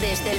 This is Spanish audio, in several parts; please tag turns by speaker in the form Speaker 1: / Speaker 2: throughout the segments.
Speaker 1: Desde el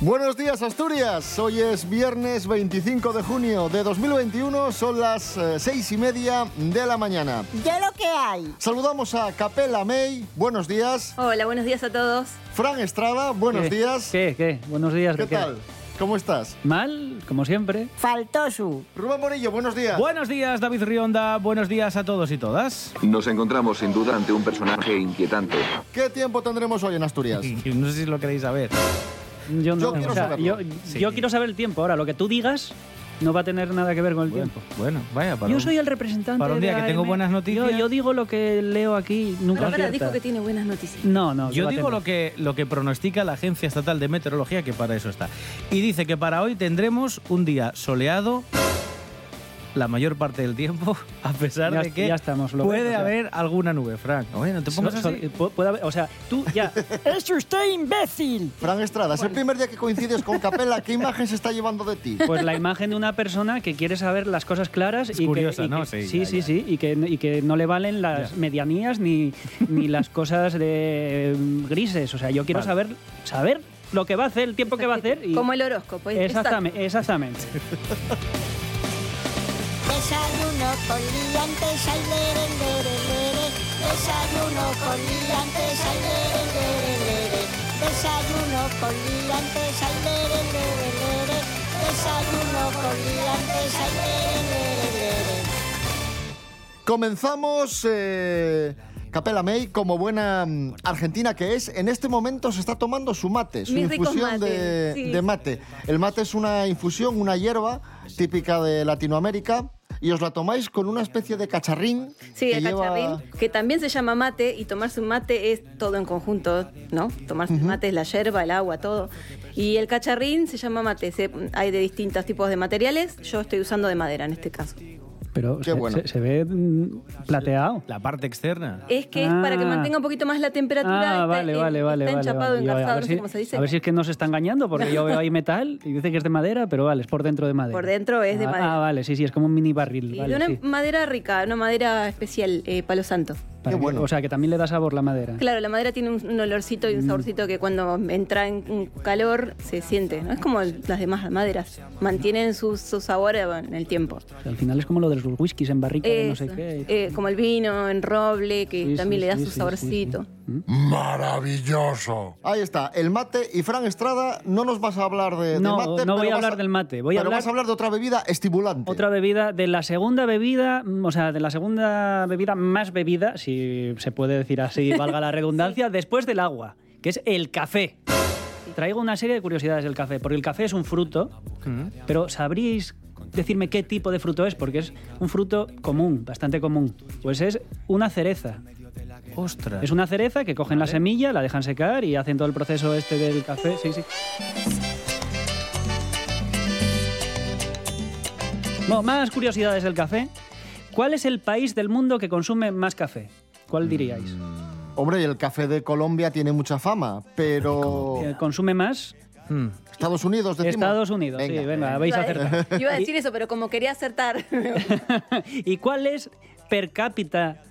Speaker 2: Buenos días Asturias, hoy es viernes 25 de junio de 2021, son las eh, seis y media de la mañana.
Speaker 3: Ya lo que hay.
Speaker 2: Saludamos a Capela May, buenos días.
Speaker 4: Hola, buenos días a todos.
Speaker 2: Fran Estrada, buenos
Speaker 5: ¿Qué?
Speaker 2: días.
Speaker 5: ¿Qué? ¿Qué? Buenos días.
Speaker 2: ¿Qué
Speaker 5: ¿de
Speaker 2: tal? ¿Cómo estás?
Speaker 5: Mal, como siempre.
Speaker 3: Faltó su.
Speaker 2: Rubén Morillo, buenos días.
Speaker 5: Buenos días, David Rionda. Buenos días a todos y todas.
Speaker 6: Nos encontramos sin duda ante un personaje inquietante.
Speaker 2: ¿Qué tiempo tendremos hoy en Asturias?
Speaker 5: No sé si lo queréis saber. Yo,
Speaker 2: Yo quiero saberlo.
Speaker 5: yo,
Speaker 7: Sí.
Speaker 5: yo quiero saber el tiempo. Ahora, lo que tú digas no va a tener nada que ver con el tiempo.
Speaker 7: Bueno, vaya, para
Speaker 5: Yo
Speaker 7: un-
Speaker 5: soy el representante.
Speaker 7: para un día
Speaker 5: de
Speaker 7: que tengo
Speaker 5: AM.
Speaker 7: buenas noticias.
Speaker 5: Yo, yo digo lo que leo aquí. Nunca
Speaker 4: Álvaro
Speaker 5: acierta.
Speaker 4: dijo que tiene buenas noticias.
Speaker 5: No, no.
Speaker 7: Yo
Speaker 5: va a
Speaker 7: digo
Speaker 5: tener.
Speaker 7: lo que, lo que pronostica la Agencia Estatal de Meteorología, que para eso está. Y dice que para hoy tendremos un día soleado la mayor parte del tiempo, a pesar
Speaker 5: Ya-
Speaker 7: de que
Speaker 5: ya estamos, lo
Speaker 7: puede
Speaker 5: veo, o sea.
Speaker 7: haber alguna nube, Frank. Oye, no te
Speaker 5: So-
Speaker 7: pongas
Speaker 5: so-
Speaker 7: así.
Speaker 5: pu- puede haber- o sea, tú ya.
Speaker 3: ¡Es usted imbécil!
Speaker 2: Fran Estrada, es el primer día que coincides con Capela, ¿qué imagen se está llevando de ti?
Speaker 5: Pues la imagen de una persona que quiere saber las cosas claras
Speaker 7: Es
Speaker 5: y
Speaker 7: curiosa,
Speaker 5: que, y
Speaker 7: ¿no?
Speaker 5: que-
Speaker 7: Sí,
Speaker 5: sí,
Speaker 7: ya,
Speaker 5: sí,
Speaker 7: ya.
Speaker 5: sí, y que, y que no le valen las
Speaker 7: Ya.
Speaker 5: medianías ni, ni las cosas de mm, grises. O sea, yo quiero
Speaker 7: Vale.
Speaker 5: saber saber lo que va a hacer, el tiempo que va a hacer. Y
Speaker 4: Como el horóscopo.
Speaker 5: exactamente, exactamente.
Speaker 3: Desayuno con liantes, ay, lere, lere, lere. Desayuno con liantes, ay, lere, lere, lere. Desayuno con liantes, ay, lere, lere, lere. Desayuno con liantes, ay, lere, lere, lere.
Speaker 2: Comenzamos eh, Capela May como buena mm, argentina que es. En este momento se está tomando su mate, su
Speaker 4: Mis ricos
Speaker 2: infusión de,
Speaker 4: mates, sí.
Speaker 2: de mate. El mate es una infusión, una hierba típica de Latinoamérica y os la tomáis con una especie de cacharrín.
Speaker 4: Sí,
Speaker 2: que
Speaker 4: el
Speaker 2: lleva-
Speaker 4: cacharrín, que también se llama mate, y tomarse un mate es todo en conjunto, ¿no? Tomarse el mate es la yerba, el agua, todo. Y el cacharrín se llama mate, se- hay de distintos tipos de materiales, yo estoy usando de madera en este caso.
Speaker 5: Pero
Speaker 2: Qué
Speaker 5: se,
Speaker 2: bueno.
Speaker 5: se- se ve mm, plateado.
Speaker 7: La parte externa.
Speaker 4: Es que es para que
Speaker 5: Ah.
Speaker 4: mantenga un poquito más la temperatura.
Speaker 5: Ah,
Speaker 4: está-
Speaker 5: vale,
Speaker 4: eh,
Speaker 5: vale, vale.
Speaker 4: Está
Speaker 5: vale,
Speaker 4: enchapado,
Speaker 5: vale. Yo,
Speaker 4: engarzado, no
Speaker 5: a, ver
Speaker 4: sé
Speaker 5: si,
Speaker 4: cómo se dice.
Speaker 5: a ver si es que nos está engañando, porque yo veo ahí metal y dice que es de madera, pero vale, es por dentro de madera.
Speaker 4: Por dentro es de
Speaker 5: Ah,
Speaker 4: madera.
Speaker 5: Ah, vale, sí, sí, es como un mini barril.
Speaker 4: Y
Speaker 5: vale,
Speaker 4: de una
Speaker 5: sí.
Speaker 4: madera rica, una madera especial, eh, palo santo.
Speaker 5: Para
Speaker 2: Qué
Speaker 5: que-
Speaker 2: bueno.
Speaker 5: O sea, que también le da sabor la madera.
Speaker 4: Claro, la madera tiene un, un olorcito
Speaker 5: Mm.
Speaker 4: y un saborcito que cuando entra en un calor se siente, ¿no? Es como el- las demás maderas, mantienen su, su sabor eh, en el tiempo.
Speaker 5: O sea, al final es como lo de los whiskies en barrica, de no sé
Speaker 4: Eso.
Speaker 5: qué.
Speaker 4: Eh, como el vino en roble, que
Speaker 5: Sí,
Speaker 4: también le
Speaker 5: sí,
Speaker 4: da
Speaker 5: sí,
Speaker 4: su
Speaker 5: sí,
Speaker 4: saborcito.
Speaker 5: sí, sí. ¿Mm?
Speaker 8: Maravilloso.
Speaker 2: Ahí está, el mate. Y Fran Estrada, no nos vas a hablar de, de
Speaker 5: No,
Speaker 2: mate.
Speaker 5: no
Speaker 2: pero
Speaker 5: voy a
Speaker 2: vas
Speaker 5: hablar del mate, voy a
Speaker 2: pero
Speaker 5: hablar-
Speaker 2: vas a hablar de otra bebida estimulante.
Speaker 5: Otra bebida, de la segunda bebida, mm, o sea, de la segunda bebida más bebida, si se puede decir así, valga la redundancia, después del agua, que es el café. Traigo una serie de curiosidades del café, porque el café es un fruto,
Speaker 2: Mm.
Speaker 5: pero sabríais decirme qué tipo de fruto es, porque es un fruto común, bastante común. Pues es una cereza.
Speaker 7: Ostras.
Speaker 5: Es una cereza que cogen la semilla, la dejan secar y hacen todo el proceso este del café. Sí, sí. Bueno, más curiosidades del café. ¿Cuál es el país del mundo que consume más café? ¿Cuál diríais?
Speaker 2: Hombre, el café de Colombia tiene mucha fama, pero...
Speaker 5: ¿Que Eh, consume más?
Speaker 7: Mm.
Speaker 2: Estados Unidos, decimos.
Speaker 5: Estados Unidos. sí, venga, habéis
Speaker 4: Iba a-
Speaker 5: acertado.
Speaker 4: Iba a decir eso, pero como quería acertar.
Speaker 5: ¿Y cuál es per cápita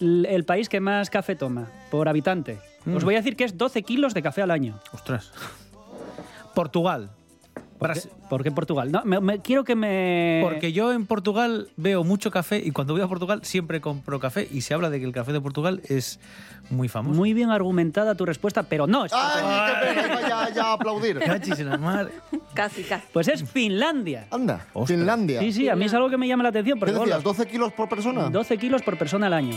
Speaker 5: l- el país que más café toma por habitante? Os voy a decir que es 12 kilos de café al año.
Speaker 7: Ostras. Portugal. Bras-
Speaker 5: ¿Por qué Portugal? No, me- me- quiero que me...
Speaker 7: Porque yo en Portugal veo mucho café y cuando voy a Portugal siempre compro café y se habla de que el café de Portugal es muy famoso.
Speaker 5: Muy bien argumentada tu respuesta, pero no. es-
Speaker 2: ¡Ay, qué pena! Iba ya, ya a aplaudir.
Speaker 7: Cachis en la mar.
Speaker 4: casi, casi.
Speaker 5: Pues es Finlandia.
Speaker 2: Anda,
Speaker 7: Ostras.
Speaker 2: Finlandia.
Speaker 5: Sí, sí, a mí es algo que me llama la atención.
Speaker 2: Ah, ¿Qué
Speaker 5: Porque,
Speaker 2: decías?
Speaker 5: bueno,
Speaker 2: ¿12 kilos por persona?
Speaker 5: 12 kilos por persona al año.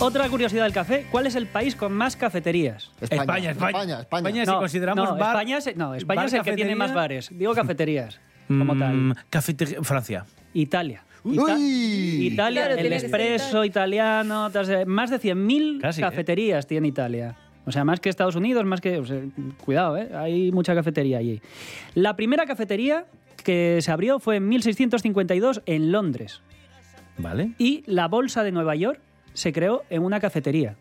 Speaker 5: Otra curiosidad del café, ¿cuál es el país con más cafeterías?
Speaker 7: España, España.
Speaker 2: España, España.
Speaker 7: España es- Si consideramos
Speaker 5: no,
Speaker 7: bar-
Speaker 5: España es, no, España
Speaker 7: bar
Speaker 5: es el que tiene
Speaker 7: cafetería.
Speaker 5: más bares. Digo cafeterías, como
Speaker 7: Mm,
Speaker 5: tal.
Speaker 7: cafetería- Francia.
Speaker 5: Italia.
Speaker 2: Uy.
Speaker 5: Ita- Italia,
Speaker 4: Claro,
Speaker 5: el
Speaker 4: tiene que ser
Speaker 5: expreso italiano, tas- eh, más de 100.000
Speaker 7: Casi, ¿eh?
Speaker 5: cafeterías tiene Italia. O sea, más que Estados Unidos, más que... o sea, cuidado, ¿eh? hay mucha cafetería allí. La primera cafetería que se abrió fue en 1652 en Londres.
Speaker 7: ¿Vale?
Speaker 5: Y la bolsa de Nueva York se creó en una cafetería,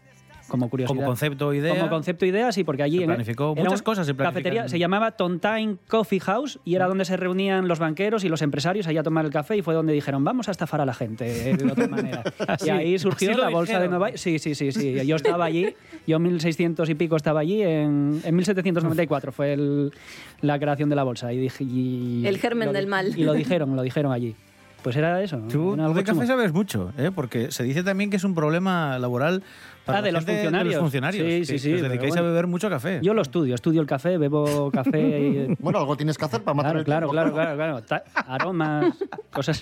Speaker 5: como curiosidad.
Speaker 7: Como concepto, idea.
Speaker 5: Como concepto idea, sí, porque allí...
Speaker 7: Se
Speaker 5: en-
Speaker 7: planificó.
Speaker 5: era
Speaker 7: Muchas
Speaker 5: un-
Speaker 7: cosas se planifican.
Speaker 5: Cafetería, se llamaba Tontine Coffee House y era donde se reunían los banqueros y los empresarios allí a tomar el café y fue donde dijeron, vamos a estafar a la gente eh, de otra manera. y ahí surgió
Speaker 7: Ah, así lo
Speaker 5: la bolsa de
Speaker 7: dijeron.
Speaker 5: Nueva York. Sí, sí, sí, sí. Yo estaba allí, yo en 1600 y pico estaba allí, en, en 1794 fue el- la creación de la bolsa. Y dije, y-
Speaker 4: El germen
Speaker 5: lo di-
Speaker 4: del mal.
Speaker 5: Y lo dijeron, lo dijeron allí. Pues era eso.
Speaker 7: Tú, tú
Speaker 5: era algo
Speaker 7: de café
Speaker 5: chungo.
Speaker 7: sabes mucho, ¿eh? porque se dice también que es un problema laboral para
Speaker 5: Ah,
Speaker 7: la
Speaker 5: de los
Speaker 7: gente-
Speaker 5: funcionarios.
Speaker 7: funcionarios,
Speaker 5: Sí,
Speaker 7: que-
Speaker 5: sí,
Speaker 7: que
Speaker 5: sí,
Speaker 7: os
Speaker 5: pero
Speaker 7: dedicáis a
Speaker 5: bueno.
Speaker 7: beber mucho café.
Speaker 5: Yo lo estudio, estudio el café, bebo café. y-
Speaker 2: Bueno, algo tienes que hacer para matar
Speaker 5: Claro,
Speaker 2: el
Speaker 5: claro,
Speaker 2: tiempo.
Speaker 5: claro, claro, claro. Ta- Aromas, cosas.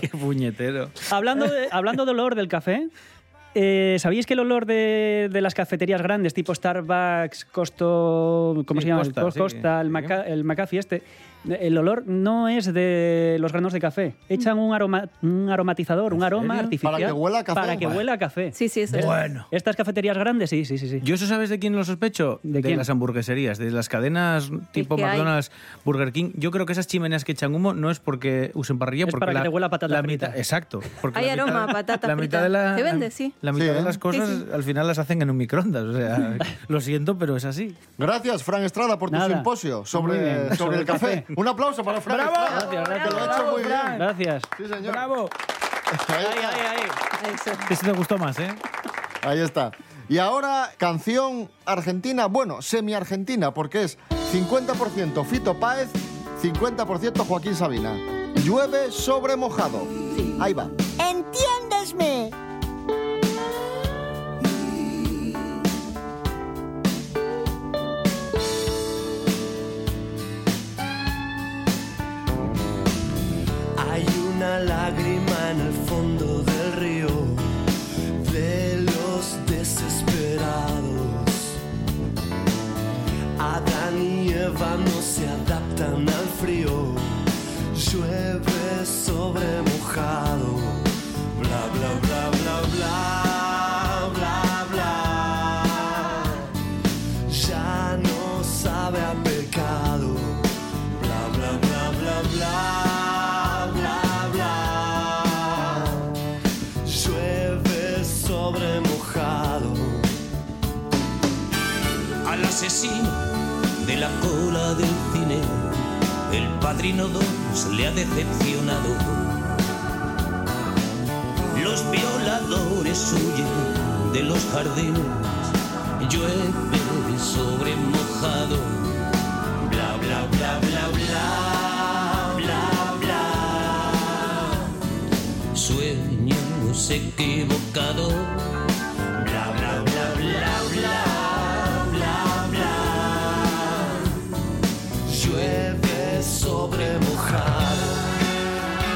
Speaker 7: Qué puñetero.
Speaker 5: hablando, de, hablando del olor del café, eh, ¿sabíais que el olor de, de las cafeterías grandes, tipo Starbucks, Costo. ¿Cómo
Speaker 7: Sí,
Speaker 5: se llama?
Speaker 7: Costa,
Speaker 5: Co-
Speaker 7: sí,
Speaker 5: Costa, el,
Speaker 7: sí.
Speaker 5: Maca- el McAfee este. El olor no es de los granos de café. Echan un, aroma, un aromatizador, un aroma
Speaker 7: serio?
Speaker 5: artificial.
Speaker 2: Para que huela a café.
Speaker 5: Para que
Speaker 2: Vale.
Speaker 5: huela a café.
Speaker 4: Sí, sí, eso es.
Speaker 7: Bueno.
Speaker 5: Estas cafeterías grandes, sí, sí, sí. sí.
Speaker 7: ¿Yo eso sabes de quién lo sospecho?
Speaker 5: ¿De quién?
Speaker 7: las hamburgueserías, de las cadenas tipo
Speaker 4: que hay.
Speaker 7: McDonald's, Burger King. Yo creo que esas chimeneas que echan humo no es porque usen parrilla,
Speaker 5: Es
Speaker 7: porque
Speaker 5: para que
Speaker 7: la,
Speaker 5: te huela a patata
Speaker 7: la
Speaker 5: frita.
Speaker 7: mitad, exacto. porque
Speaker 4: Hay
Speaker 7: la mitad-
Speaker 4: aroma a patata
Speaker 7: la
Speaker 4: frita.
Speaker 7: mitad de la-
Speaker 4: Se vende, sí.
Speaker 7: La mitad
Speaker 2: Sí,
Speaker 7: de
Speaker 2: ¿eh?
Speaker 7: las cosas
Speaker 4: Sí, sí.
Speaker 7: al final las hacen en un microondas. O sea, lo siento, pero es así.
Speaker 2: Gracias, Fran Estrada, por tu
Speaker 5: Nada.
Speaker 2: simposio sobre,
Speaker 5: Muy bien.
Speaker 2: sobre, el café. Un aplauso para Fran Estrada.
Speaker 5: Gracias, gracias.
Speaker 2: Que lo ha hecho muy bien.
Speaker 5: Gracias.
Speaker 2: Sí, señor.
Speaker 7: ¡Bravo!
Speaker 2: Ahí está.
Speaker 4: Eso.
Speaker 7: Ese te gustó más, ¿eh?
Speaker 2: Ahí está. Y ahora, canción argentina, bueno, semi-argentina, porque es 50% Fito Páez, 50% Joaquín Sabina. Llueve sobre mojado.
Speaker 4: Sí.
Speaker 2: Ahí va.
Speaker 3: entiéndesme.
Speaker 9: Hay una lágrima en el fondo del río de los desesperados. Adán y Eva no se adaptan al frío. Llueve sobre mojado. Bla bla bla bla bla bla bla ya no sabe a pecado. Bla bla bla bla bla bla bla. Llueve sobre mojado. Al asesino de la cola del cine, el padrino 2 le ha decepcionado. Los violadores huyen de los jardines llueve sobre mojado. Bla bla bla bla bla bla bla. Sueños equivocados. Bla bla bla bla bla bla bla. Llueve sobre mojado.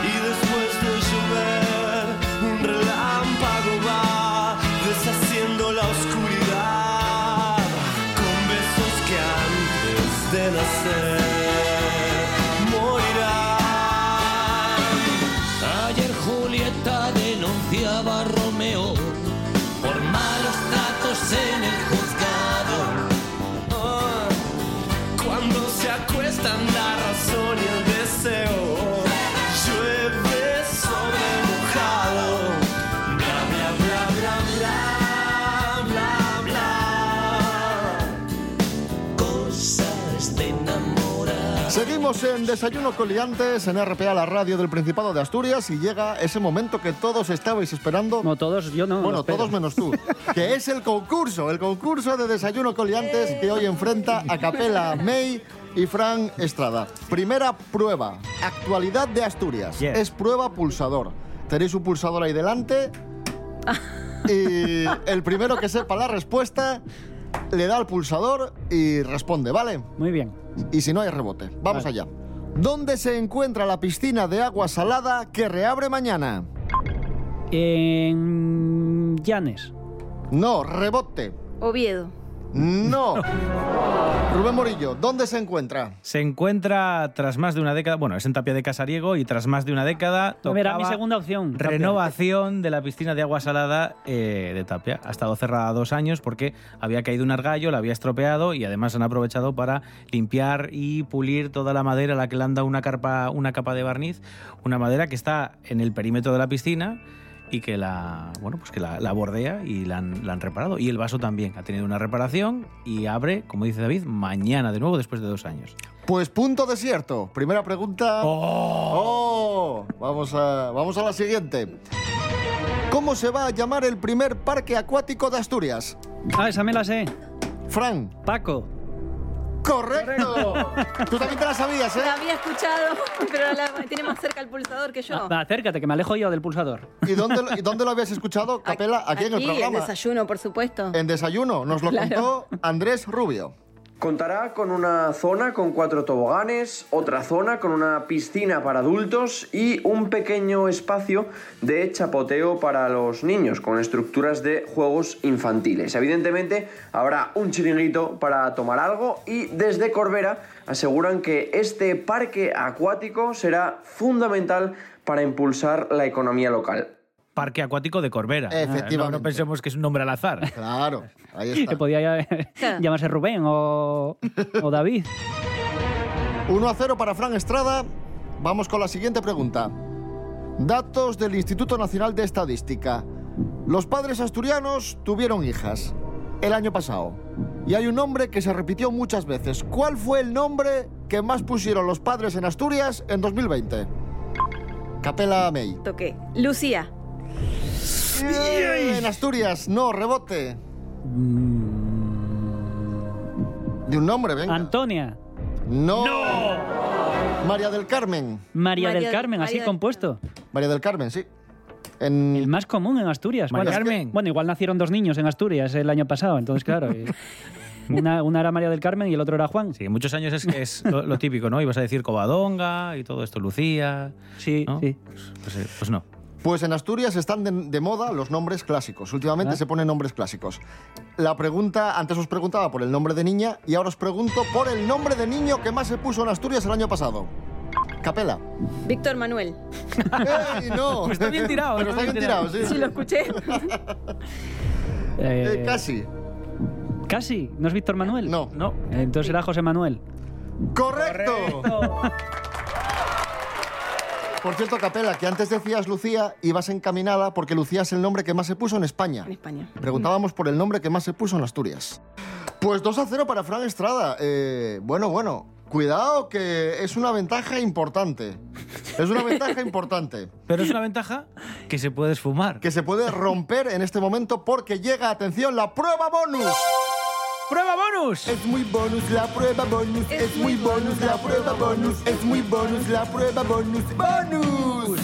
Speaker 9: Y después de llover, un relámpago va deshaciendo la oscuridad con besos que antes de nacer morirán. Ayer Julieta denunciaba a Romeo por malos tratos en el juzgado. Ah, cuando se acuestan la razón y el deseo. Llueve sobre mojado. Bla, bla, bla, bla, bla, bla, bla. Cosas de enamorar.
Speaker 2: Seguimos en Desayuno con Liantes en RPA, la radio del Principado de Asturias, y llega ese momento que todos estabais esperando.
Speaker 5: No todos, yo no.
Speaker 2: bueno,
Speaker 5: lo espero.
Speaker 2: todos menos tú, que es el concurso, el concurso de Desayuno con Liantes que hoy enfrenta a Capela May y Fran Estrada. Primera prueba, actualidad de Asturias.
Speaker 7: Yes.
Speaker 2: Es prueba pulsador. Tenéis un pulsador ahí delante y el primero que sepa la respuesta le da al pulsador y responde, ¿vale?
Speaker 5: Muy bien.
Speaker 2: Y si no hay rebote, vamos
Speaker 5: Vale.
Speaker 2: allá. ¿Dónde se encuentra la piscina de agua salada que reabre mañana?
Speaker 5: En Llanes.
Speaker 2: No, rebote.
Speaker 4: Oviedo.
Speaker 2: No. Rubén Morillo, ¿dónde se encuentra?
Speaker 7: Se encuentra tras más de una década, bueno, es en Tapia de Casariego y tras más de una década tocaba
Speaker 5: Mira, mi segunda opción.
Speaker 7: renovación de la piscina de agua salada eh, de Tapia. Ha estado cerrada dos años porque había caído un argallo, la había estropeado y además han aprovechado para limpiar y pulir toda la madera a la que le han dado una, carpa, una capa de barniz, una madera que está en el perímetro de la piscina y que la bueno pues que la, la bordea y la han, la han reparado y el vaso también ha tenido una reparación y abre como dice David mañana de nuevo después de dos años
Speaker 2: Pues punto desierto. Primera pregunta. Oh. Vamos, a, vamos a la siguiente. ¿Cómo se va a llamar el primer parque acuático de Asturias?
Speaker 5: Ah, esa me la sé.
Speaker 2: Fran.
Speaker 5: Paco.
Speaker 2: Correcto. Tú también te la sabías, ¿eh?
Speaker 4: La había escuchado, pero la, tiene más cerca el pulsador que yo.
Speaker 5: Va, acércate, que me alejo yo del pulsador.
Speaker 2: ¿Y dónde, lo- y dónde lo habías escuchado, Capela? Aquí, en el programa.
Speaker 4: desayuno, por supuesto.
Speaker 2: En desayuno. Nos lo contó Andrés Rubio.
Speaker 10: Contará con una zona con cuatro toboganes, otra zona con una piscina para adultos y un pequeño espacio de chapoteo para los niños con estructuras de juegos infantiles. Evidentemente habrá un chiringuito para tomar algo y desde Corbera aseguran que este parque acuático será fundamental para impulsar la economía local.
Speaker 7: Parque Acuático de Corbera.
Speaker 2: Efectivamente.
Speaker 7: No, no pensemos que es un nombre al azar.
Speaker 2: Claro, ahí
Speaker 5: Que
Speaker 2: está.
Speaker 5: podía ya- llamarse Rubén o, o David.
Speaker 2: 1 a 0 para Fran Estrada. Vamos con la siguiente pregunta. Datos del Instituto Nacional de Estadística. Los padres asturianos tuvieron hijas el año pasado. Y hay un nombre que se repitió muchas veces. ¿Cuál fue el nombre que más pusieron los padres en Asturias en 2020? Capela May.
Speaker 4: Toqué. Lucía.
Speaker 2: En Asturias, no, rebote. De un nombre, venga.
Speaker 5: Antonia.
Speaker 2: no. María del Carmen.
Speaker 5: María,
Speaker 4: María-
Speaker 5: del Carmen, así
Speaker 4: María del
Speaker 5: compuesto.
Speaker 2: María del Carmen, sí. En-
Speaker 5: El más común en Asturias.
Speaker 7: María
Speaker 5: Bueno,
Speaker 7: Carmen.
Speaker 5: Bueno, igual nacieron dos niños en Asturias el año pasado, entonces claro. eh, Una, una era María del Carmen y el otro era Juan.
Speaker 7: Sí, en muchos años es, es lo, lo típico, ¿no? Ibas a decir Covadonga y todo esto, Lucía.
Speaker 5: Sí,
Speaker 7: ¿no?
Speaker 5: sí.
Speaker 7: Pues, pues, eh, pues no.
Speaker 2: Pues en Asturias están de, de moda los nombres clásicos. Últimamente se ponen nombres clásicos. La pregunta, antes os preguntaba por el nombre de niña y ahora os pregunto por el nombre de niño que más se puso en Asturias el año pasado. Capela.
Speaker 4: Víctor Manuel.
Speaker 2: ¡Ey, no!
Speaker 7: está bien tirado,
Speaker 2: Pero
Speaker 7: está
Speaker 2: está bien
Speaker 7: bien
Speaker 2: tirado, sí.
Speaker 4: Sí, lo escuché.
Speaker 5: Eh,
Speaker 2: Eh, casi.
Speaker 5: Casi, ¿no es Víctor Manuel?
Speaker 2: No.
Speaker 7: No.
Speaker 5: Entonces era José Manuel.
Speaker 2: ¡Correcto! Por cierto, Capela, que antes decías Lucía, ibas encaminada porque Lucía es el nombre que más se puso en España.
Speaker 4: En España.
Speaker 2: Preguntábamos por el nombre que más se puso en Asturias. Pues 2 a 0 para Fran Estrada. Eh, bueno, bueno, cuidado que es una ventaja importante. Es una ventaja importante
Speaker 7: Pero es una ventaja que se puede esfumar.
Speaker 2: que se puede romper en este momento porque llega, atención, la prueba bonus.
Speaker 7: ¡Prueba bonus!
Speaker 2: Es muy bonus la prueba bonus, es, muy bonus la prueba bonus, es muy bonus la prueba bonus, bonus.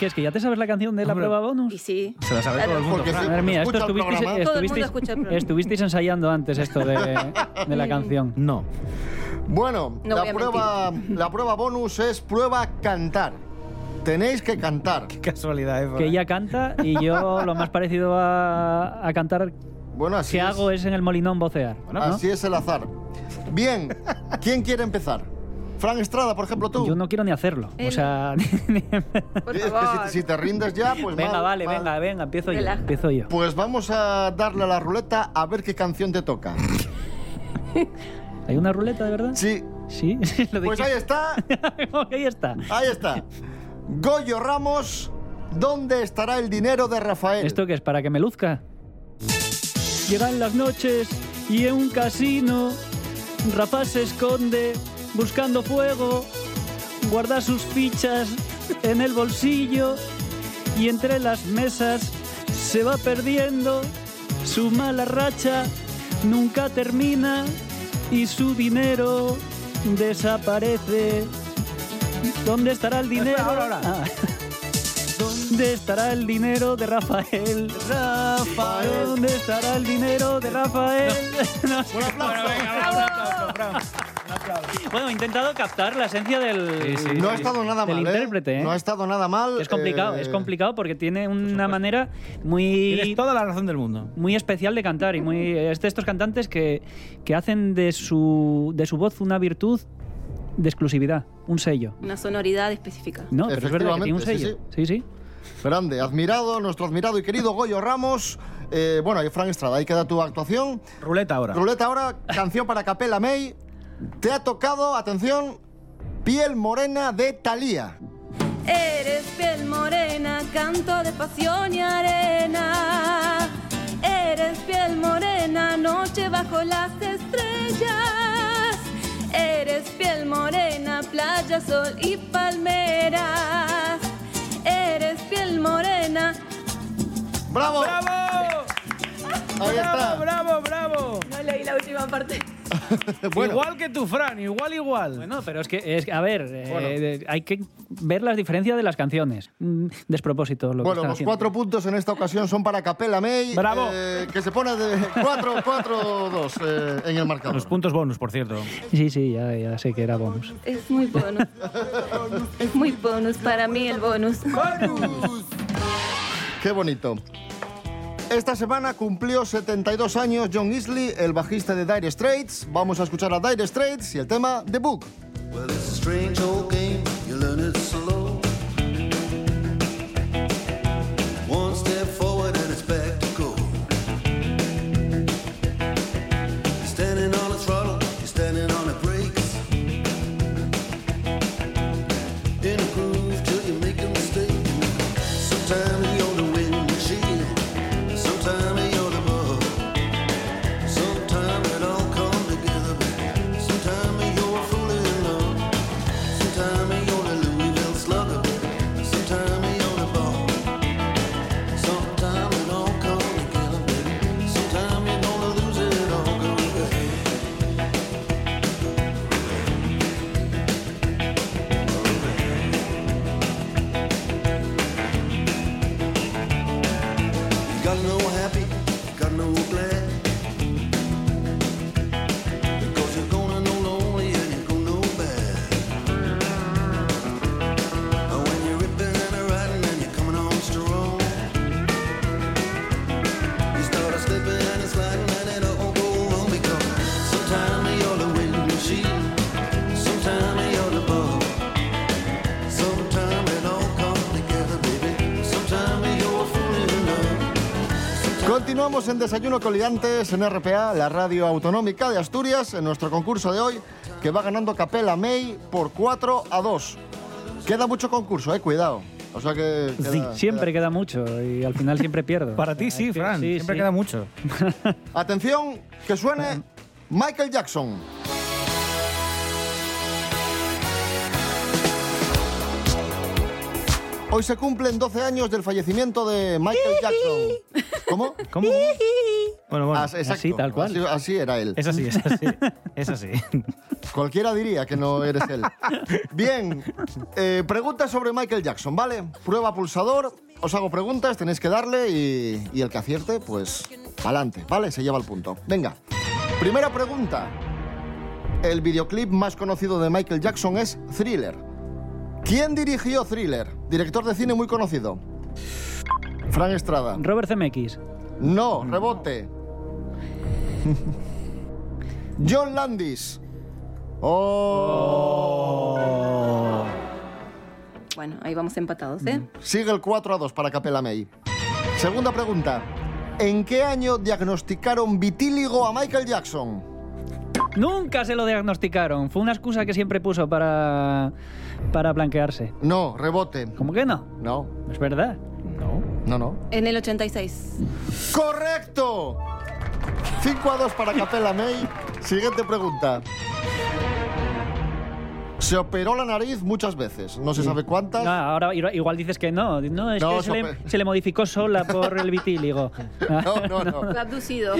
Speaker 5: ¿Qué es que ya te sabes la canción de la
Speaker 7: Hombre.
Speaker 5: prueba bonus?
Speaker 4: Y sí.
Speaker 7: Se la sabe todo el mundo.
Speaker 2: Porque
Speaker 7: Fran.
Speaker 2: sí.
Speaker 5: Madre mía, esto
Speaker 2: Escucha el
Speaker 5: estuvisteis,
Speaker 2: programa.
Speaker 4: Todo el mundo
Speaker 5: estuvisteis-
Speaker 4: escucha el programa.
Speaker 5: estuvisteis ensayando antes esto de, de la canción.
Speaker 7: No.
Speaker 2: Bueno,
Speaker 4: No voy
Speaker 2: la,
Speaker 4: a
Speaker 2: prueba, la prueba bonus es prueba cantar. Tenéis que cantar.
Speaker 7: Casualidad, ¿eh? Fran?
Speaker 5: Que ella canta y yo lo más parecido a, a cantar
Speaker 2: Bueno, así
Speaker 5: que
Speaker 2: es.
Speaker 5: hago es en el molinón vocear. ¿no?
Speaker 2: Así es el azar. Bien, ¿quién quiere empezar? Fran Estrada, por ejemplo, tú.
Speaker 5: Yo no quiero ni hacerlo. O
Speaker 4: Él-
Speaker 5: sea,
Speaker 4: Por
Speaker 2: Es que
Speaker 4: favor.
Speaker 2: si, si te rindes ya, pues
Speaker 5: venga,
Speaker 2: mal,
Speaker 5: vale,
Speaker 2: mal.
Speaker 5: venga, venga, empiezo yo.
Speaker 4: Relaja.
Speaker 5: Empiezo yo.
Speaker 2: Pues vamos a darle a la ruleta a ver qué canción te toca.
Speaker 5: ¿Hay una ruleta de verdad?
Speaker 2: Sí.
Speaker 5: Sí, lo
Speaker 2: Pues ahí
Speaker 5: dije.
Speaker 2: está,
Speaker 5: ahí está.
Speaker 2: ahí está. Goyo Ramos, ¿dónde estará el dinero de Rafael?
Speaker 5: ¿Esto qué es? ¿Para que me luzca? Llegan las noches y en un casino Rafa se esconde buscando fuego, guarda sus fichas en el bolsillo y entre las mesas se va perdiendo su mala racha, nunca termina y su dinero desaparece. ¿Dónde estará el dinero?
Speaker 7: Espera, ahora, ahora.
Speaker 5: Ah. ¿Dónde estará el dinero de Rafael? Rafael. ¿Dónde estará el dinero de Rafael? No.
Speaker 2: Un aplauso.
Speaker 7: Venga, va, un aplauso, Fran.
Speaker 5: Bueno, he intentado captar la esencia del.
Speaker 2: no ha estado nada
Speaker 5: del
Speaker 2: mal, ¿eh?
Speaker 5: intérprete, ¿eh?
Speaker 2: No ha estado nada mal.
Speaker 5: Es complicado,
Speaker 2: eh,
Speaker 5: es complicado porque tiene una manera muy.
Speaker 10: Tienes toda la razón del mundo.
Speaker 5: muy especial de cantar y muy es de estos cantantes que, que hacen de su de su voz una virtud de exclusividad, un sello.
Speaker 4: Una sonoridad específica.
Speaker 5: No, pero es verdad que tiene un
Speaker 2: Efectivamente,
Speaker 5: sello. Sí, sí.
Speaker 2: Grande, admirado, nuestro admirado y querido Goyo Ramos. Eh, bueno, y Fran Estrada, ahí queda tu actuación.
Speaker 10: Ruleta ahora.
Speaker 2: Ruleta ahora, canción para Capela May. Te ha tocado, atención, Piel Morena de Thalía.
Speaker 4: Eres piel morena, canto de pasión y arena. Eres piel morena, noche bajo las estrellas. Eres piel morena, playa, sol y palmeras. Eres piel morena.
Speaker 2: ¡Bravo!
Speaker 10: ¡Bravo!
Speaker 2: Ahí está.
Speaker 10: ¡Bravo, bravo, bravo!
Speaker 4: No leí la última parte.
Speaker 2: Bueno.
Speaker 10: Igual que tu Fran, igual, igual.
Speaker 5: Bueno, pero es que, es, que, a ver, eh, hay que ver las diferencias de las canciones. Mm, Despropósito
Speaker 2: Bueno,
Speaker 5: lo que están
Speaker 2: los
Speaker 5: haciendo.
Speaker 2: cuatro puntos en esta ocasión son para Capela May.
Speaker 10: Bravo.
Speaker 2: eh, que se pone de 4-4-2 eh, en el marcador.
Speaker 10: Los puntos bonus, por cierto.
Speaker 5: Sí, sí, ya, ya sé que era bonus.
Speaker 4: Es muy bonus. es muy bonus para mí el bonus.
Speaker 2: Qué bonito. Esta semana cumplió 72 años John Isley, el bajista de Dire Straits. Vamos a escuchar a Dire Straits y el tema The Book.
Speaker 11: Well, it's a strange old game, you learn it slow. One step forward and it's back to go. Standing on a throttle, you're standing on the brakes. In a groove till you make a mistake. Sometimes you're the windshield, sometimes you're the bug. Sometime it all come together, baby. Sometime you're fooling in love. Sometime you're a Louisville slugger, baby. Sometime you're the ball. Sometime it all come together, baby. Sometime you're gonna lose it all, go ahead. You got no happy, you got no glad. Because you're gonna know lonely and you're gonna know bad. And when you're ripping and a riding and you're coming on strong, you start a slipping and a sliding and it all go wrong because sometimes you're the windshield, sometimes you're the bug. Sometimes it all comes together, baby. Sometimes you're fooling in love.
Speaker 2: Continuamos en Desayuno Coliantes en RPA, la radio autonómica de Asturias, en nuestro concurso de hoy, que va ganando Capela May por 4 a 2. Queda mucho concurso, eh, cuidado. O sea que. queda-
Speaker 5: Sí, siempre queda mucho y al final siempre pierdo.
Speaker 10: Para
Speaker 5: O
Speaker 10: ti
Speaker 5: sea,
Speaker 10: sí,
Speaker 5: hay Ah, que-
Speaker 10: Fran.
Speaker 5: sí,
Speaker 10: Siempre
Speaker 5: sí.
Speaker 10: queda mucho.
Speaker 2: Atención, que suene Michael Jackson. Hoy se cumplen 12 años del fallecimiento de Michael Jackson. ¿Cómo?
Speaker 10: ¿Cómo? Bueno, bueno.
Speaker 2: As- exacto.
Speaker 5: así, tal cual.
Speaker 2: Así, así era él.
Speaker 10: Es así, es así. Es así.
Speaker 2: Cualquiera diría que no eres él. Bien, eh, preguntas sobre Michael Jackson, ¿vale? Prueba pulsador, os hago preguntas, tenéis que darle y, y el que acierte, pues, pa'lante, ¿vale? Se lleva el punto. Venga, primera pregunta. El videoclip más conocido de Michael Jackson es Thriller. ¿Quién dirigió Thriller? Director de cine muy conocido. Fran Estrada.
Speaker 5: Robert Zemeckis.
Speaker 2: No, rebote. John Landis. Oh.
Speaker 4: Bueno, ahí vamos empatados, ¿eh?
Speaker 2: Sigue el 4 a 2 para Capela May. Segunda pregunta. ¿En qué año diagnosticaron vitíligo a Michael Jackson?
Speaker 5: Nunca se lo diagnosticaron. Fue una excusa que siempre puso para, para blanquearse.
Speaker 2: No, rebote.
Speaker 5: ¿Cómo que no?
Speaker 2: No,
Speaker 5: Es verdad. No.
Speaker 2: no, no.
Speaker 4: En el 86.
Speaker 2: ¡Correcto! 5 a 2 para Capela May. Siguiente pregunta. Se operó la nariz muchas veces, no se sabe cuántas.
Speaker 5: Ah, ahora i- igual dices que no. No, es
Speaker 2: No,
Speaker 5: que se
Speaker 2: sope-
Speaker 5: le, se le modificó sola por el vitíligo.
Speaker 2: No, no, no.
Speaker 4: Fue abducido.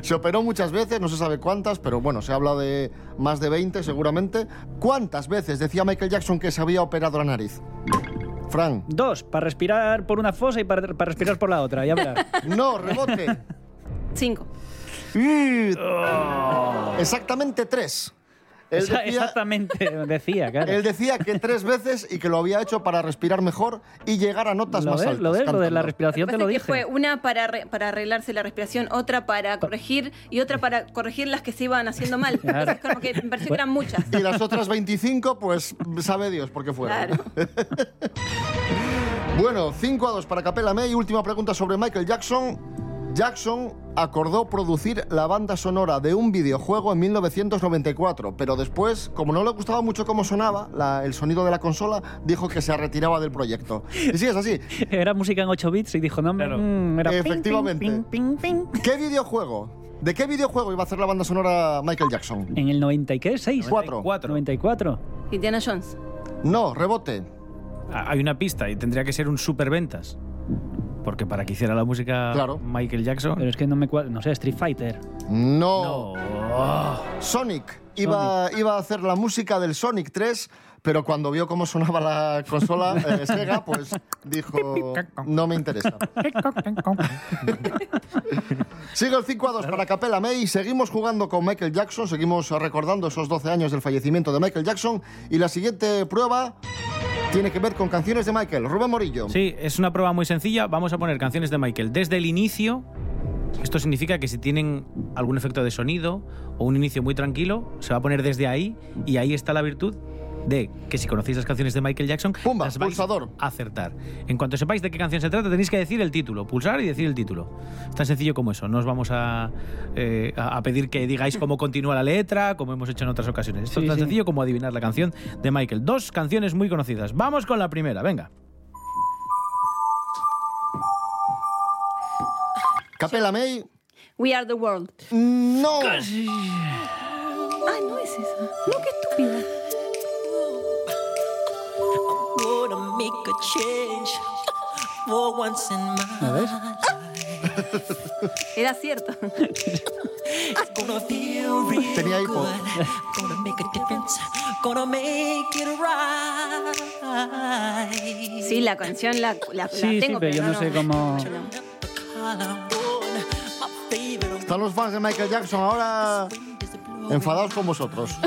Speaker 2: Se operó muchas veces, no se sabe cuántas, pero bueno, se habla de más de 20 seguramente. ¿Cuántas veces decía Michael Jackson que se había operado la nariz? Fran.
Speaker 5: Dos, para respirar por una fosa y para, para respirar por la otra. Ya verás.
Speaker 2: No, rebote.
Speaker 4: Cinco.
Speaker 2: Mm. Exactamente tres. Él
Speaker 5: Oh. Esa-
Speaker 2: decía-
Speaker 5: Exactamente, decía, claro.
Speaker 2: Él decía que tres veces y que lo había hecho para respirar mejor y llegar a notas
Speaker 5: ¿Lo
Speaker 2: más
Speaker 5: ves?
Speaker 2: altas.
Speaker 5: ¿Lo ves? Lo de la
Speaker 2: cantando.
Speaker 5: respiración te
Speaker 4: Parece
Speaker 5: lo
Speaker 4: que
Speaker 5: dije.
Speaker 4: fue una para, arre- para arreglarse la respiración, otra para corregir y otra para corregir las que se iban haciendo mal.
Speaker 5: Claro.
Speaker 4: Entonces, como que me pareció que eran muchas.
Speaker 2: Y las otras 25, pues sabe Dios por qué fueron.
Speaker 4: Claro.
Speaker 2: Bueno, 5 a 2 para Capella May. Última pregunta sobre Michael Jackson. Jackson acordó producir la banda sonora de un videojuego en 1994, pero después, como no le gustaba mucho cómo sonaba la- el sonido de la consola, dijo que se retiraba del proyecto. Y sí, es así.
Speaker 5: Era música en 8 bits y dijo, no,
Speaker 7: Claro.
Speaker 5: mm, era ping, ping,
Speaker 2: Efectivamente.
Speaker 5: ping, ping, ping.
Speaker 2: ¿Qué videojuego? ¿De qué videojuego iba a hacer la banda sonora Michael Jackson?
Speaker 5: En el 96,
Speaker 2: Cuatro.
Speaker 5: 94.
Speaker 4: Indiana Jones.
Speaker 2: No, rebote.
Speaker 7: Ah, Hay una pista y tendría que ser un superventas. Porque para que hiciera la música
Speaker 2: Claro.
Speaker 7: Michael Jackson.
Speaker 5: Pero es que no me cuadra, no sé, Street Fighter.
Speaker 2: No.
Speaker 7: No.
Speaker 2: Sonic. Iba, iba a hacer la música del Sonic 3, pero cuando vio cómo sonaba la consola eh, Sega, pues dijo, no me interesa. Sigue el 5 a 2 para Capella May. Seguimos jugando con Michael Jackson, seguimos recordando esos 12 años del fallecimiento de Michael Jackson. Y la siguiente prueba tiene que ver con canciones de Michael. Rubén Morillo.
Speaker 7: Sí, es una prueba muy sencilla. Vamos a poner canciones de Michael desde el inicio. Esto significa que si tienen algún efecto de sonido o un inicio muy tranquilo, se va a poner desde ahí y ahí está la virtud de que si conocéis las canciones de Michael Jackson,
Speaker 2: Pumba,
Speaker 7: las vais
Speaker 2: pulsador.
Speaker 7: a acertar. En cuanto sepáis de qué canción se trata, tenéis que decir el título, pulsar y decir el título. Es tan sencillo como eso. No os vamos a, eh, a a pedir que digáis cómo continúa la letra, como hemos hecho en otras ocasiones. Esto
Speaker 5: Sí,
Speaker 7: es tan
Speaker 5: sí.
Speaker 7: sencillo como adivinar la canción de Michael. Dos canciones muy conocidas. Vamos con la primera, venga.
Speaker 2: Capella May.
Speaker 4: We Are the World.
Speaker 2: No.
Speaker 4: Ay, no es esa. No, qué estúpida.
Speaker 12: Wanna make a change for once in my
Speaker 5: ¿La ves?
Speaker 4: Era cierto.
Speaker 12: It's gonna feel real
Speaker 2: Tenía hipo.
Speaker 12: good. Gonna make a difference. Gonna make it right.
Speaker 4: Sí, la canción la, la, la
Speaker 5: Sí, sí,
Speaker 4: tengo,
Speaker 5: pero yo no,
Speaker 4: no,
Speaker 5: sé cómo...
Speaker 4: no.
Speaker 12: The color on my favorite
Speaker 2: Están los fans de Michael Jackson ahora
Speaker 12: wind is blowing.
Speaker 2: enfadados con vosotros.
Speaker 12: I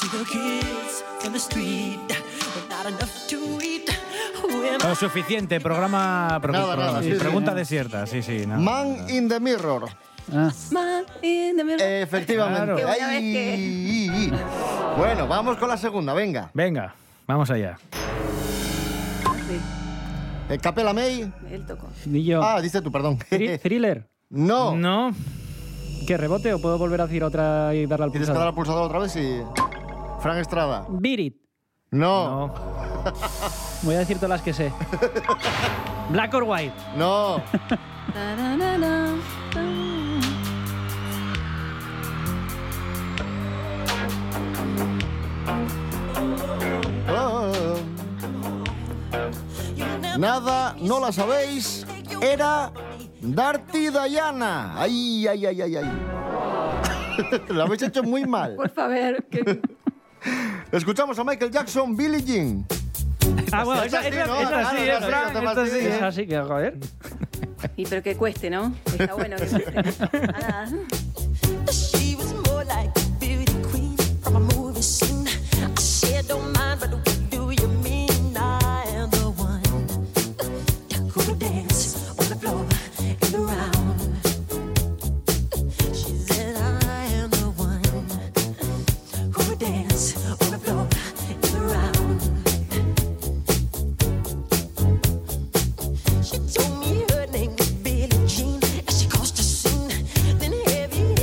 Speaker 12: see the kids in the street, but not enough to eat. Who am I?
Speaker 7: No, Oh, suficiente, programa, pro-
Speaker 2: Nada,
Speaker 7: programa,
Speaker 2: nada,
Speaker 7: sí,
Speaker 2: sí, sí,
Speaker 7: pregunta
Speaker 5: nada.
Speaker 7: desierta, sí, sí. nada.
Speaker 2: Man in the Mirror.
Speaker 5: Ah,
Speaker 4: Man in the middle.
Speaker 2: Eh. Efectivamente.
Speaker 4: Claro. Qué buena vez que-
Speaker 2: Ay, Bueno, vamos con la segunda, venga.
Speaker 7: Venga, vamos allá.
Speaker 2: Eh, Capela May.
Speaker 4: Él tocó.
Speaker 5: ni yo.
Speaker 2: Ah, dice tú, perdón.
Speaker 5: Thri- Thriller.
Speaker 2: no.
Speaker 7: No,
Speaker 5: ¿Qué rebote o puedo volver a decir otra y darle al
Speaker 2: Tienes que dar
Speaker 5: pulsador?
Speaker 2: al pulsador otra vez y. Frank Estrada.
Speaker 5: Beat It.
Speaker 2: No.
Speaker 7: no.
Speaker 5: Voy a decir todas las que sé. Black or White.
Speaker 2: No.
Speaker 4: Tararara.
Speaker 2: Oh, oh, oh. Nada, no la sabéis. Era Darty Diana. Ay, ay, ay, ay, ay. Lo habéis hecho muy mal.
Speaker 4: Por favor, que-
Speaker 2: Escuchamos a Michael Jackson, Billie Jean.
Speaker 5: Ah, bueno, esa,
Speaker 2: sí,
Speaker 5: esa-
Speaker 2: ¿no?
Speaker 5: esa
Speaker 2: Claro,
Speaker 5: sí,
Speaker 2: claro,
Speaker 5: esa-
Speaker 2: claro, ¿eh? te
Speaker 5: esa
Speaker 2: fastidies.
Speaker 5: sí, esa sí que, joder.
Speaker 4: Y pero que cueste, ¿no? Está bueno que cueste. Ah,
Speaker 12: She was more like a beauty queen from a movie scene. I said, don't mind, but what do you mean? I am the one who will dance on the floor and around. She said, I am the one who will dance on the floor and around. She told me her name was Billie Jean, and she caused a scene. Then heavy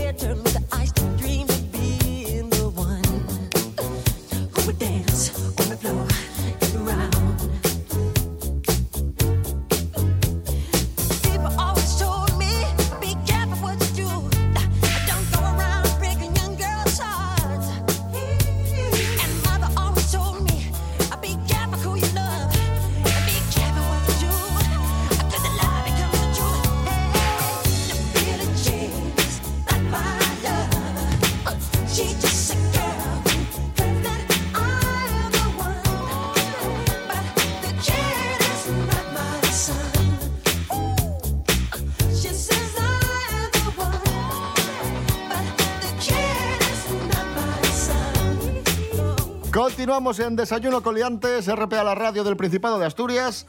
Speaker 2: Continuamos en Desayuno con Liantes, RPA la radio del Principado de Asturias.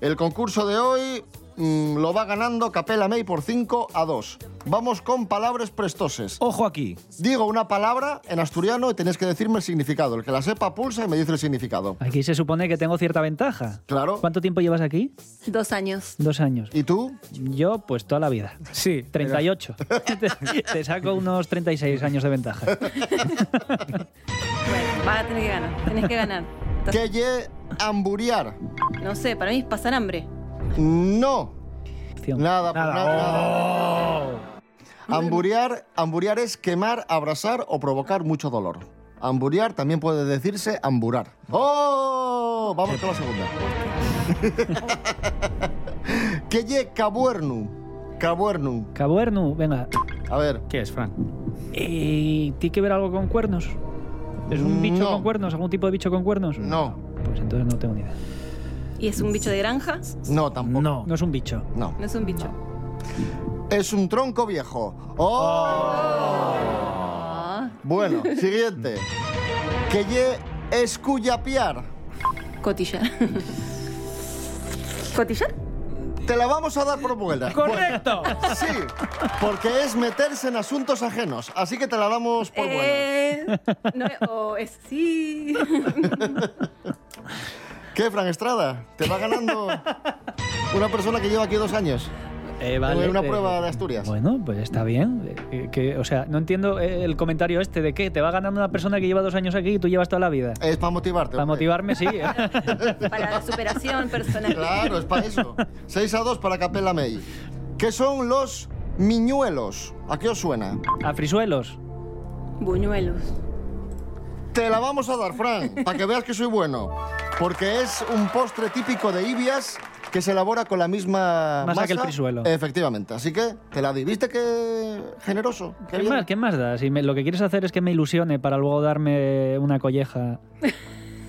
Speaker 2: El concurso de hoy mm, lo va ganando Capela May por 5 a 2. Vamos con palabras prestoses.
Speaker 7: Ojo aquí.
Speaker 2: Digo una palabra en asturiano y tenéis que decirme el significado. El que la sepa pulsa y me dice el significado.
Speaker 5: Aquí se supone que tengo cierta ventaja.
Speaker 2: Claro.
Speaker 5: ¿Cuánto tiempo llevas aquí?
Speaker 4: Dos años.
Speaker 5: Dos años.
Speaker 2: ¿Y tú?
Speaker 5: Yo, pues toda la vida.
Speaker 7: Sí.
Speaker 5: 38. te, te saco unos 36 años de ventaja.
Speaker 4: Bueno, vas a tener que ganar. Tenés que ganar.
Speaker 2: Que ye amburiar.
Speaker 4: No sé, para mí es pasar hambre.
Speaker 2: No.
Speaker 5: Opción.
Speaker 2: Nada, pues nada,
Speaker 7: Oh.
Speaker 2: nada. Amburiar, amburiar es quemar, abrasar o provocar mucho dolor. Amburiar también puede decirse amburar. ¡Oh! Vamos con la segunda. que ye cabuernu. Cabuernu.
Speaker 5: Cabuernu, venga.
Speaker 2: A ver.
Speaker 7: ¿Qué es, Frank?
Speaker 5: Eh, ¿Y tiene que ver algo con cuernos? ¿Es un bicho
Speaker 2: No.
Speaker 5: con cuernos? ¿Algún tipo de bicho con cuernos?
Speaker 2: No.
Speaker 5: Pues entonces no tengo ni idea.
Speaker 4: ¿Y es un bicho de granja?
Speaker 2: No, tampoco.
Speaker 7: No.
Speaker 5: No es un bicho.
Speaker 2: No.
Speaker 4: No es un bicho.
Speaker 2: Es un tronco viejo. ¡Oh!
Speaker 4: Ah,
Speaker 2: Bueno, siguiente. Que ye escullapiar.
Speaker 4: cotillar. ¿Cotillar?
Speaker 2: Te la vamos a dar por buena.
Speaker 7: ¡Correcto!
Speaker 2: Bueno, sí, porque es meterse en asuntos ajenos. Así que te la damos por buena.
Speaker 4: Eh, no, o es sí.
Speaker 2: ¿Qué, Fran Estrada? Te va ganando una persona que lleva aquí dos años.
Speaker 5: Eh,
Speaker 2: una prueba de Asturias.
Speaker 5: Bueno, pues está bien. Eh, que- o sea, no entiendo eh, el comentario este de que te va ganando una persona que lleva dos años aquí y tú llevas toda la vida.
Speaker 2: Es para motivarte.
Speaker 5: Para
Speaker 2: hombre.
Speaker 5: motivarme, sí. ¿eh?
Speaker 4: Para la superación personal.
Speaker 2: Claro, es para eso. 6 a 2 para Capella May. ¿Qué son los miñuelos? ¿A qué os suena?
Speaker 5: A frisuelos.
Speaker 4: Buñuelos.
Speaker 2: Te la vamos a dar, Fran, para que veas que soy bueno. Porque es un postre típico de Ibias que se elabora con la misma
Speaker 5: Masa que el frisuelo.
Speaker 2: Efectivamente. Así que te la di. ¿Viste qué generoso? Qué
Speaker 5: ¿Qué
Speaker 2: bien.
Speaker 5: más, ¿Qué más da? Si me- lo que quieres hacer es que me ilusione para luego darme una colleja.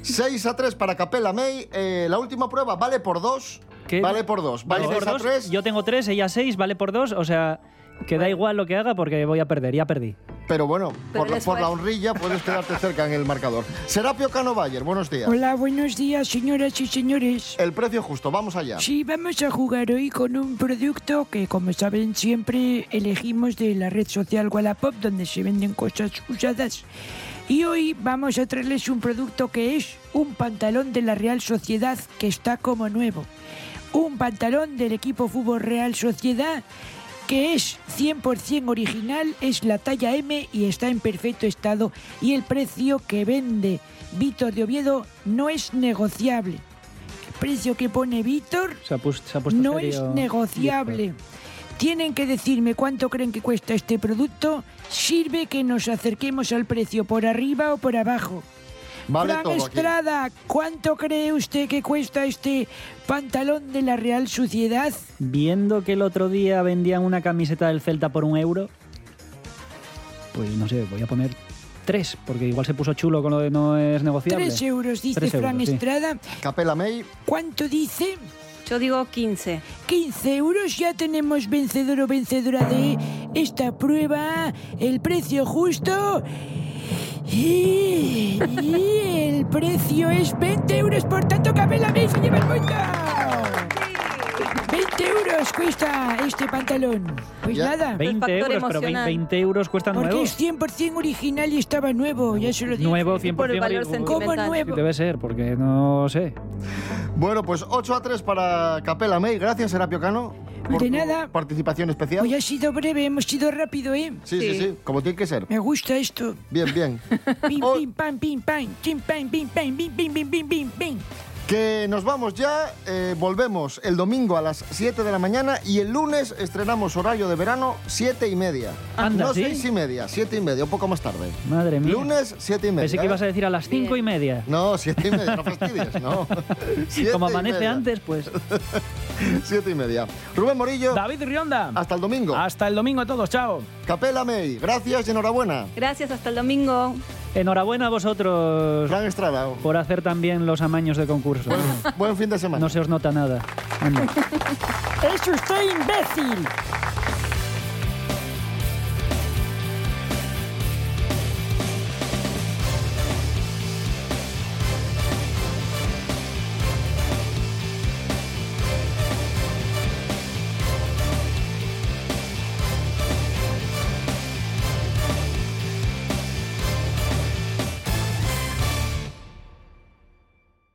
Speaker 2: 6 a 3 para Capella May. Eh, la última prueba vale por 2.
Speaker 5: ¿Qué?
Speaker 2: Vale por 2. Vale,
Speaker 5: Vale por
Speaker 2: 6 a
Speaker 5: dos.
Speaker 2: 3.
Speaker 5: Yo tengo tres, ella seis, vale por dos. O sea, que da igual lo que haga porque voy a perder. Ya perdí.
Speaker 2: Pero bueno,
Speaker 4: Pero
Speaker 2: por, la,
Speaker 4: después-
Speaker 2: por la honrilla puedes quedarte cerca en el marcador. Serapio Cano Bayer, buenos días.
Speaker 13: Hola, buenos días, señoras y señores.
Speaker 2: El precio justo, vamos allá.
Speaker 13: Sí, vamos a jugar hoy con un producto que, como saben, siempre elegimos de la red social Wallapop, donde se venden cosas usadas. Y hoy vamos a traerles un producto que es un pantalón de la Real Sociedad que está como nuevo. Un pantalón del equipo Fútbol Real Sociedad que es 100% original, es la talla M y está en perfecto estado. Y el precio que vende Víctor de Oviedo no es negociable. El precio que pone Víctor
Speaker 5: Se ha, pus- se ha puesto
Speaker 13: no es
Speaker 5: serio.
Speaker 13: negociable. Tienen que decirme cuánto creen que cuesta este producto. Sirve que nos acerquemos al precio por arriba o por abajo.
Speaker 2: Vale
Speaker 13: Fran
Speaker 2: todo aquí.
Speaker 13: Estrada, ¿cuánto cree usted que cuesta este pantalón de la Real Sociedad?
Speaker 5: Viendo que el otro día vendían una camiseta del Celta por un euro, pues no sé, voy a poner tres, porque igual se puso chulo con lo de no es negociable.
Speaker 13: Tres euros, dice
Speaker 5: Tres euros,
Speaker 13: Fran
Speaker 5: sí.
Speaker 13: Estrada.
Speaker 2: Capela May,
Speaker 13: ¿Cuánto dice?
Speaker 4: Yo digo 15.
Speaker 13: 15 euros, ya tenemos vencedor o vencedora de esta prueba, el precio justo. Y, y el precio es 20 euros, por tanto, Capela May se lleva el punto. 20 euros cuesta este pantalón. Pues
Speaker 2: Ya.
Speaker 13: nada,
Speaker 5: 20
Speaker 4: factor
Speaker 5: euros, pero vein-
Speaker 4: emocional.
Speaker 5: 20 euros cuestan
Speaker 13: porque
Speaker 5: nuevos.
Speaker 13: es 100% original y estaba nuevo, ya se lo digo.
Speaker 5: Nuevo,
Speaker 4: Por el
Speaker 5: 100%
Speaker 4: valor
Speaker 5: ori-
Speaker 13: ¿Cómo
Speaker 4: sentimental.
Speaker 13: nuevo?
Speaker 5: Debe ser, porque no sé.
Speaker 2: Bueno, pues 8 a 3 para Capela May. Gracias, Serapio Cano. por
Speaker 13: De
Speaker 2: tu
Speaker 13: nada.
Speaker 2: Participación especial.
Speaker 13: Hoy ha sido breve, hemos sido rápido, ¿eh?
Speaker 2: sí, sí, sí, como tiene que ser.
Speaker 13: Me gusta esto.
Speaker 2: Bien, bien.
Speaker 13: Pim,
Speaker 2: Oh.
Speaker 13: pim, pam, pim, pam, pim, pam, pim, pam, pim, pim, pim, pim, pim, pim.
Speaker 2: que nos vamos ya, eh, volvemos el domingo a las 7 de la mañana y el lunes estrenamos horario de verano 7 y media.
Speaker 5: Anda,
Speaker 2: no
Speaker 5: ¿sí?
Speaker 2: 6 y media, 7 y media, un poco más tarde.
Speaker 5: Madre mía.
Speaker 2: Lunes 7 y media.
Speaker 5: Pensé que
Speaker 2: ¿eh?
Speaker 5: ibas a decir a las cinco y media.
Speaker 2: No, 7 y media, no fastidies, no. Siete
Speaker 5: Como
Speaker 2: y
Speaker 5: amanece
Speaker 2: media.
Speaker 5: antes, pues.
Speaker 2: 7 y media. Rubén Morillo,
Speaker 7: David Rionda.
Speaker 2: hasta el domingo.
Speaker 7: Hasta el domingo a todos. Chao.
Speaker 2: Capela May, gracias y enhorabuena.
Speaker 4: Gracias, hasta el domingo.
Speaker 5: Enhorabuena a vosotros
Speaker 2: Fran Estrada,
Speaker 5: por hacer también los amaños de concurso.
Speaker 2: buen fin de semana.
Speaker 5: No se os nota nada. Anda.
Speaker 13: ¡Eso estoy imbécil!